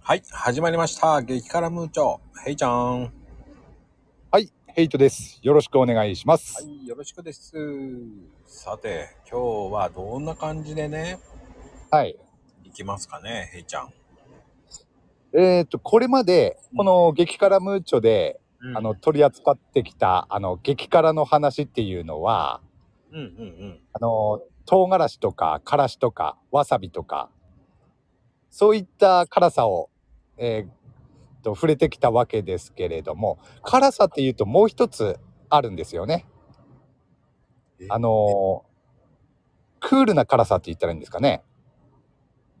はい、始まりました。激辛ムーチョ。ヘイちゃん。ははい、ヘイトです。よろしくお願いします。い、よろしくです。さて、今日はどんな感じでね、はい。行きますかね、ヘイちゃん。えっ、と、これまでうん、この激辛ムーチョで、あの、、取り扱ってきた、あの、激辛の話っていうのは、うんうんあの、唐辛子とか、からしとか、わさびとか、そういった辛さを、えーと、触れてきたわけですけれども、辛さっていうともう一つあるんですよねえ。あの、クールな辛さって言ったらいいんですかね。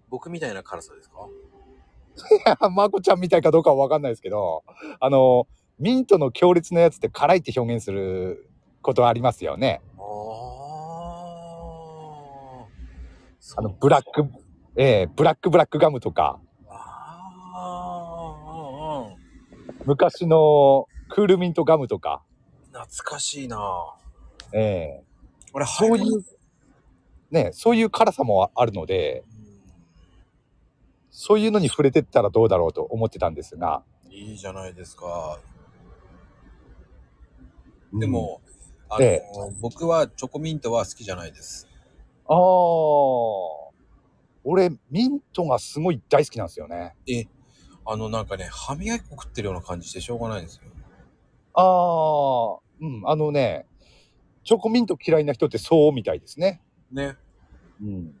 うん。僕みたいな辛さですか まこちゃんみたいかどうかは分かんないですけど、あの、ミントの強烈なやつって辛いって表現することありますよね。ああ。あの、ブラック、ええブラックブラックガムとか、ああ。昔のクールミントガムとか、懐かしいな。ええ俺、そうい入るう、ね、そういう辛さもあるので、そういうのに触れてったらどうだろうと思ってたんですが。うんいいじゃないですか。でも、あの、ええ僕はチョコミントは好きじゃないです。うん、ああ、俺、ミントがすごい大好きなんですよね。え、あのなんかね、歯磨き粉食ってるような感じしてしょうがないんですよ。ああ、うん、あのね、チョコミント嫌いな人ってそうみたいですね。ね。うん。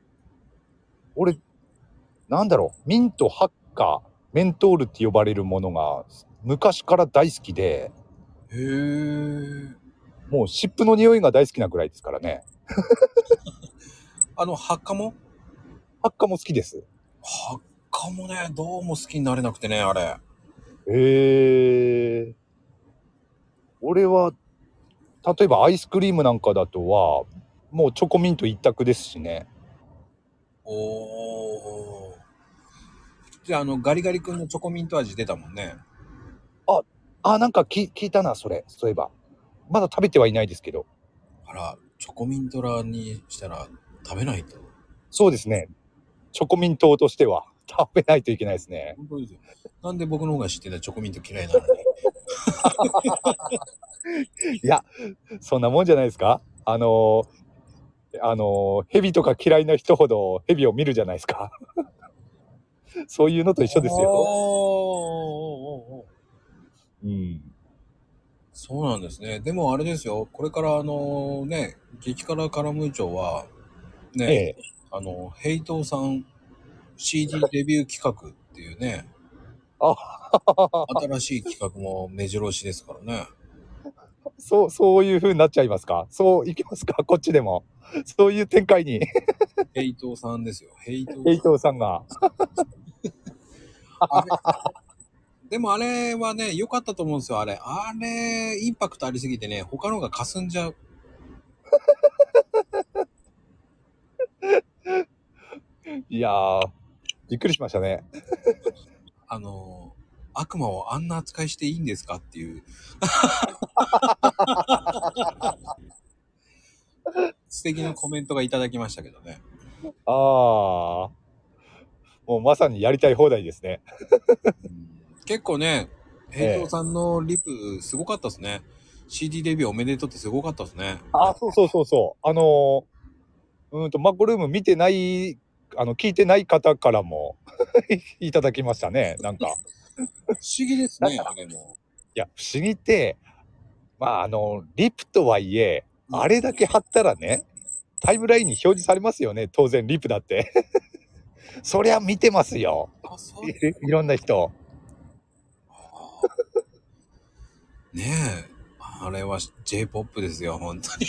俺、なんだろう、ミント、ハッカー、メントールって呼ばれるものが昔から大好きで、へえ。もう湿布の匂いが大好きなぐらいですからね。あの、ハッカもハッカーも好きです。ハッカもね、どうも好きになれなくてね、あれ。へえ。俺は、例えばアイスクリームなんかだとは、もうチョコミント一択ですしね。おー。じゃあ、あの、ガリガリ君のチョコミント味出たもんね。あ、なんかき聞いたな、それ。そういえば。まだ食べてはいないですけど。あら、チョコミントラにしたら食べないと。そうですね。チョコミン党としては 食べないといけないですね。本当ですよ。なんで僕の方が知ってたチョコミント嫌いなのに。いや、そんなもんじゃないですかあのー、あのー、蛇とか嫌いな人ほど蛇を見るじゃないですか。 そういうのと一緒ですよ。おー。うん。そうなんですね。でもあれですよ。これからあのね、激辛カラムーチョは、えね、え。あの、ヘイトーさん CD デビュー企画っていうね、新しい企画も目白押しですからね。そう、そういう風になっちゃいますかそういきますかこっちでも。そういう展開に、ヘイトーさんですよ。ヘイトヘーイトさんが。あれでもあれはね、良かったと思うんですよ。あれ。あれ、インパクトありすぎてね、他の方が霞んじゃう。いやー、びっくりしましたね。あの、悪魔をあんな扱いしていいんですかっていう。 素敵なコメントがいただきましたけどね。あー、もうまさにやりたい放題ですね。結構ね、平等さんのリプすごかったですね。CD デビューおめでとうってすごかったですね。あ、そうそうそうそう。あのー、うーんと、マコルーム見てない、あの、聞いてない方からも いただきましたね。なんか。不思議ですね、あれも。いや、不思議って、まあ、あの、リプとはいえ、あれだけ貼ったらね、タイムラインに表示されますよね。当然、リプだって。 そりゃ見てますよ。あ、そういいろんな人。ねえ。あれは J-POP ですよ、本当に。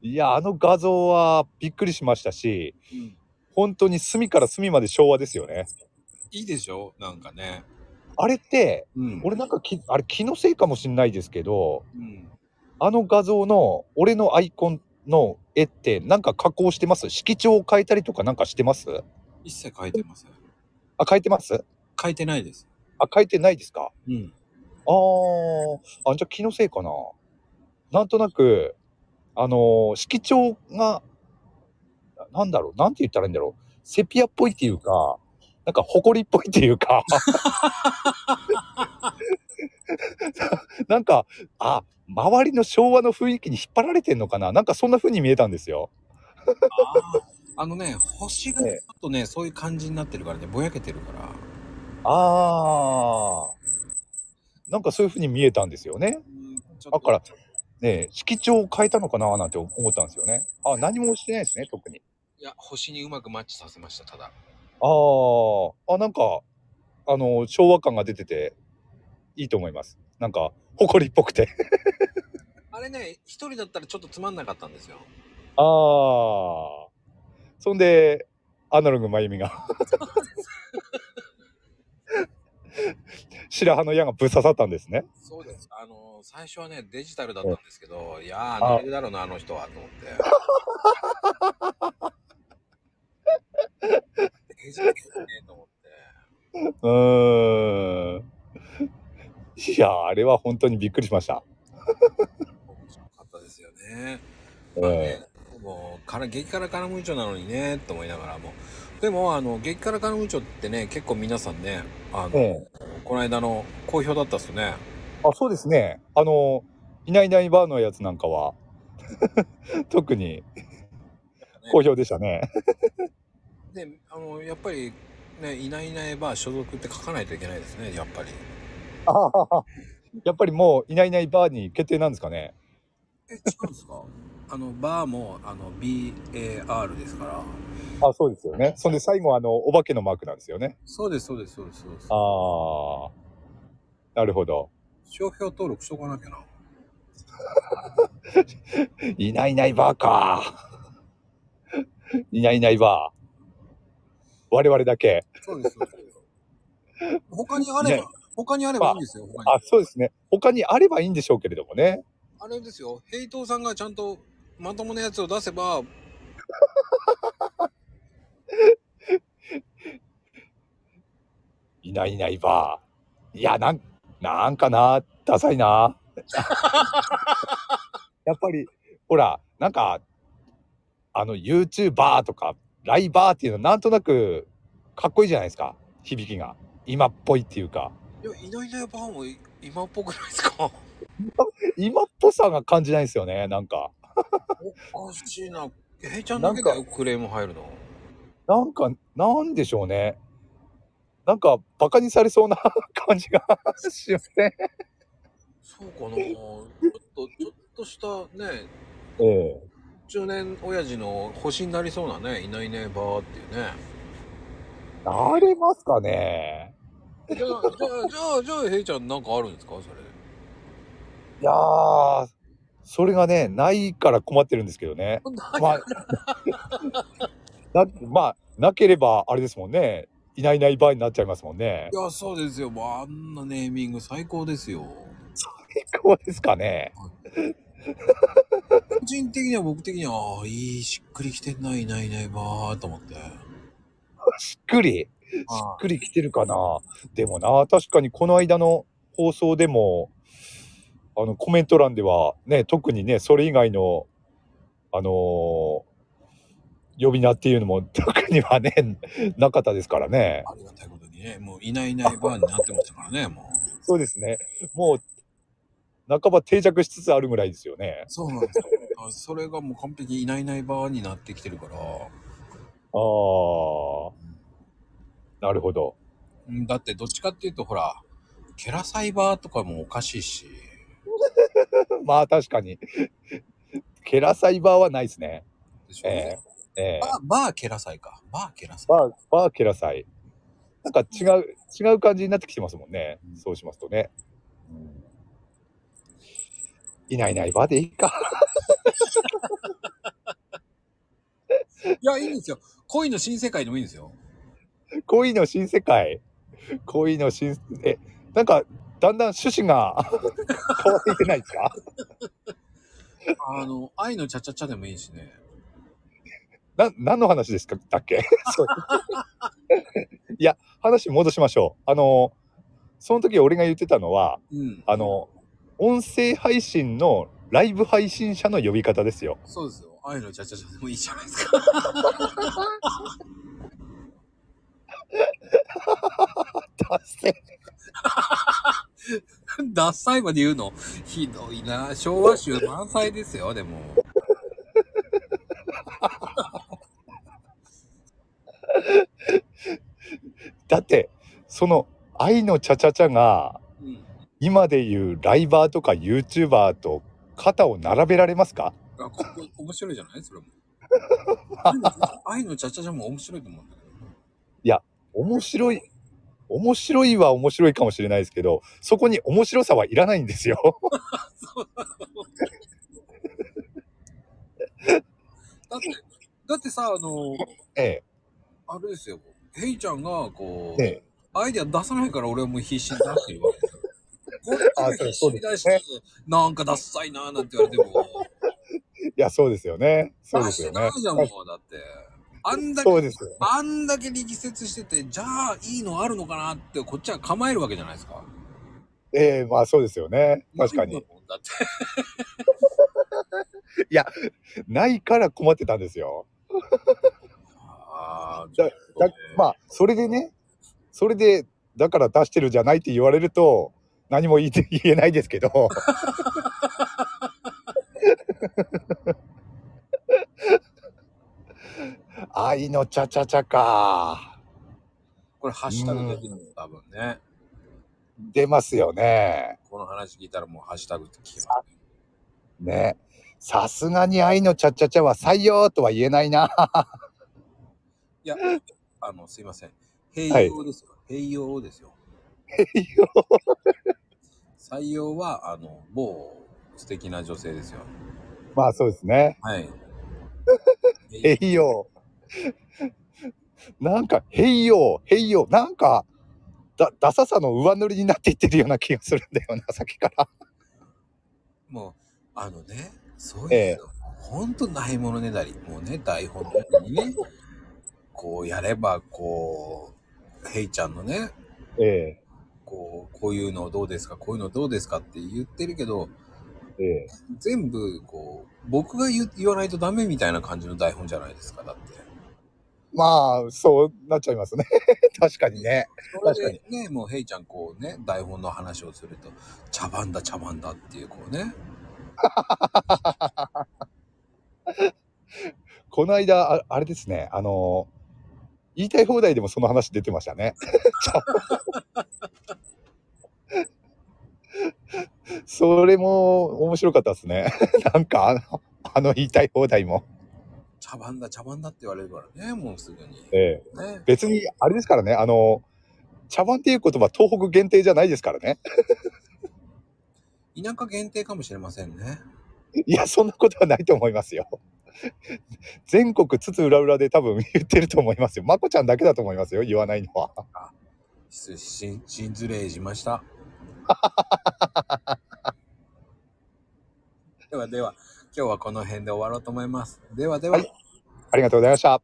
いや、あの画像はびっくりしましたし、本当に隅から隅まで昭和ですよね。いいでしょなんかね。あれって、うん俺なんかき、あれ気のせいかもしんないですけど、うん、あの画像の俺のアイコンの絵ってなんか加工してます色調を変えたりとかなんかしてます一切書いてません。あ、変えてます書いてないです。あ、変えてないですかうん。あーあ、じゃあ気のせいかな。なんとなく、あのー色調が、なんだろう、なんて言ったらいいんだろう。セピアっぽいっていうか、なんか埃っぽいっていうか。 なんか、あ、周りの昭和の雰囲気に引っ張られてんのかななんかそんな風に見えたんですよ。あーあのね、星がちょえっとね、そういう感じになってるからね、ぼやけてるから。あー。なんかそういう風に見えたんですよね。だから、ねえ色調を変えたのかななんて思ったんですよね。あ、何もしてないですね、特に。いや、星にうまくマッチさせました、ただ。あー。あ、なんか、あの、昭和感が出てて、いいと思います。なんか、埃っぽくて。あれね、一人だったらちょっとつまんなかったんですよ。あー。そんで、アナログまゆみが。白羽の矢がぶっ刺さったんですね。そうです。あの、最初はね、デジタルだっえたんですけど、いやー、あ寝るだろうな、あの人は、と 思って。デジタルねえと思って。うーん。いやー、あれは本当にびっくりしました。面白かったですよね。うまあんね、もうから激辛カラムーチョなのにねと思いながらもでもあの激辛カラムーチョってね結構皆さんねあの、ええこの間の好評だったっすねあそうですねあのいないいないバーのやつなんかは 特に好評でしたね であのやっぱりねいないいないば所属って書かないといけないですねやっぱりあははやっぱりもういないいないバーに決定なんですかねえ違うんですかあのバーもあの BAR ですからあそうですよねそんで最後あのお化けのマークなんですよねそうですそうですそうですそうですああなるほど商標登録しとかなきゃないないいないバーか いないいないバー我々だけそうですそうです他にあれば、ね他にあればいいんですよ他にあそうですね他にあればいいんでしょうけれどもねあれですよ、ヘイトーさんがちゃんとまともなやつを出せば、いないいないばー。いや、なん、なんかな、ダサいな。 やっぱり、ほら、なんか、あの、YouTuber とか、ライバーっていうの、なんとなく、かっこいいじゃないですか。響きが。今っぽいっていうか。いや、いないいないばあもい今っぽくないですか今っぽさが感じないんですよね、なんか。おかしいな。ヘイちゃんだけだよ、クレーム入るの。なんか、なんでしょうね。なんか、バカにされそうな 感じがしません。そうかなちょっと、ちょっとしたね、ええ。中年親父の星になりそうなね、いないいないばあっていうね。なれますかね。じゃあ、じゃあ、じゃあ、じゃあ、ヘイちゃんなんかあるんですかそれ。いやー、それがね、ないから困ってるんですけど ね。まあ、 なまあ、なければあれですもんね。いないいない場合になっちゃいますもんねい。や、そうですよ。もうあんなネーミング最高ですよ。最高ですかね。個人的には僕的には、ああ、いい、しっくりきてんな、いないいないばあと思って。しっくり、しっくりきてるかな。でもな、確かにこの間の放送でも、あの、コメント欄では、ね、特にね、それ以外の、あのー呼び名っていうのも特にはね、なかったですからね。ありがたいことにね、もういないいないバーになってましたからね、もう。そうですね。もう、半ば定着しつつあるぐらいですよね。そうなんですよ。あそれがもう完璧にいないいないバーになってきてるから、ああ。なるほど。うんだってどっちかっていうとほら、ケラサイバーとかもおかしいし、まあ確かに。ケラサイバーはないですね。でしょ、ええええバーバーケラサイか。バーケラサイ。バー、バーケラサイ。なんか違う、違う感じになってきてますもんね。そうしますとね。うんいないいないバーでいいか。いや、いいんですよ。恋の新世界でもいいんですよ。恋の新世界。恋の新、え、なんか、だんだん趣旨が 変わっていってないですかあの、愛のチャチャチャでもいいしね。な、何の話ですかだっけそういや、話戻しましょう。あの、その時俺が言ってたのは、うん。あの、音声配信のライブ配信者の呼び方ですよ。そうですよ。愛のチャチャチャでもいいじゃないですか。ません。ダッサいまで言うの。ひどいな。昭和集満載ですよ、でも。だって、その愛のチャチャチャが、うん。今で言うライバーとか YouTuber と肩を並べられますかあ、 ここ面白いじゃないそれも。愛のチャチャチャも面白いと思うんだけど。面白い。面白いは面白いかもしれないですけど、そこに面白さはいらないんですよ。だって、だってさ、あの、えあれですよ。ヘイちゃんが、こう、え。ええ。アイデア出さないから俺はもう必死に出してるわけですよ。こあっちそが必死うに出して、なんかダッサいなーなんて言われても、いや、そうですよね。そう出でしてすよないね。じゃん、もう、だって。あんだけそうですよ。あんだけ力説してて、じゃあいいのあるのかなって、こっちは構えるわけじゃないですか。ええまあそうですよね。確かないに。んだもんだって。ないから困ってたんですよ。ああ、だだまあ、それでね、それで、だから出してるじゃないって言われると、何も言いて 言えないですけど。 愛のチャチャチャか。これハッシュタグできるの多分ね。出ますよね。この話聞いたらもうハッシュタグって聞きますね。ね。さすがに愛のチャチャチャは採用とは言えないな。いや、あの、すいません。併用ですよ。併用ですよ。採用は、あの、某素敵な女性ですよ。まあそうですね。 はい。へいよ。なんか、へいよ、へいよ、なんか、だ、ダサさの上塗りになっていってるような気がするんだよな、 さっきから。もう、あのね、そうえいえうの、ほんとないものねだり、もうね、台本のにね、こうやれば、こう、ヘイちゃんのね、えこう、こういうのどうですか、こういうのどうですかって言ってるけど、え、ええ。全部、こう、僕が言う言わないとダメみたいな感じの台本じゃないですか、だって。まあ、そうなっちゃいますね。 確かにね。それでね、もうヘイちゃん、こうね、台本の話をすると、茶番だ、茶番だっていう、こうね、この間、ああれですね、あの、言いたい放題でもその話出てましたね。 それも面白かったですね。 なんかあの、あの言いたい放題も。茶番だ、茶番だって言われるからね、もうすぐに。ええ。ね。別にあれですからねあの茶番っていう言葉東北限定じゃないですからね 田舎限定かもしれませんね。いやそんなことはないと思いますよ全国津々浦々で多分言ってると思いますよまこちゃんだけだと思いますよ言わないのは失し失礼しま した。ではでは、今日はこの辺で終わろうと思います。ではでは。はいありがとうございました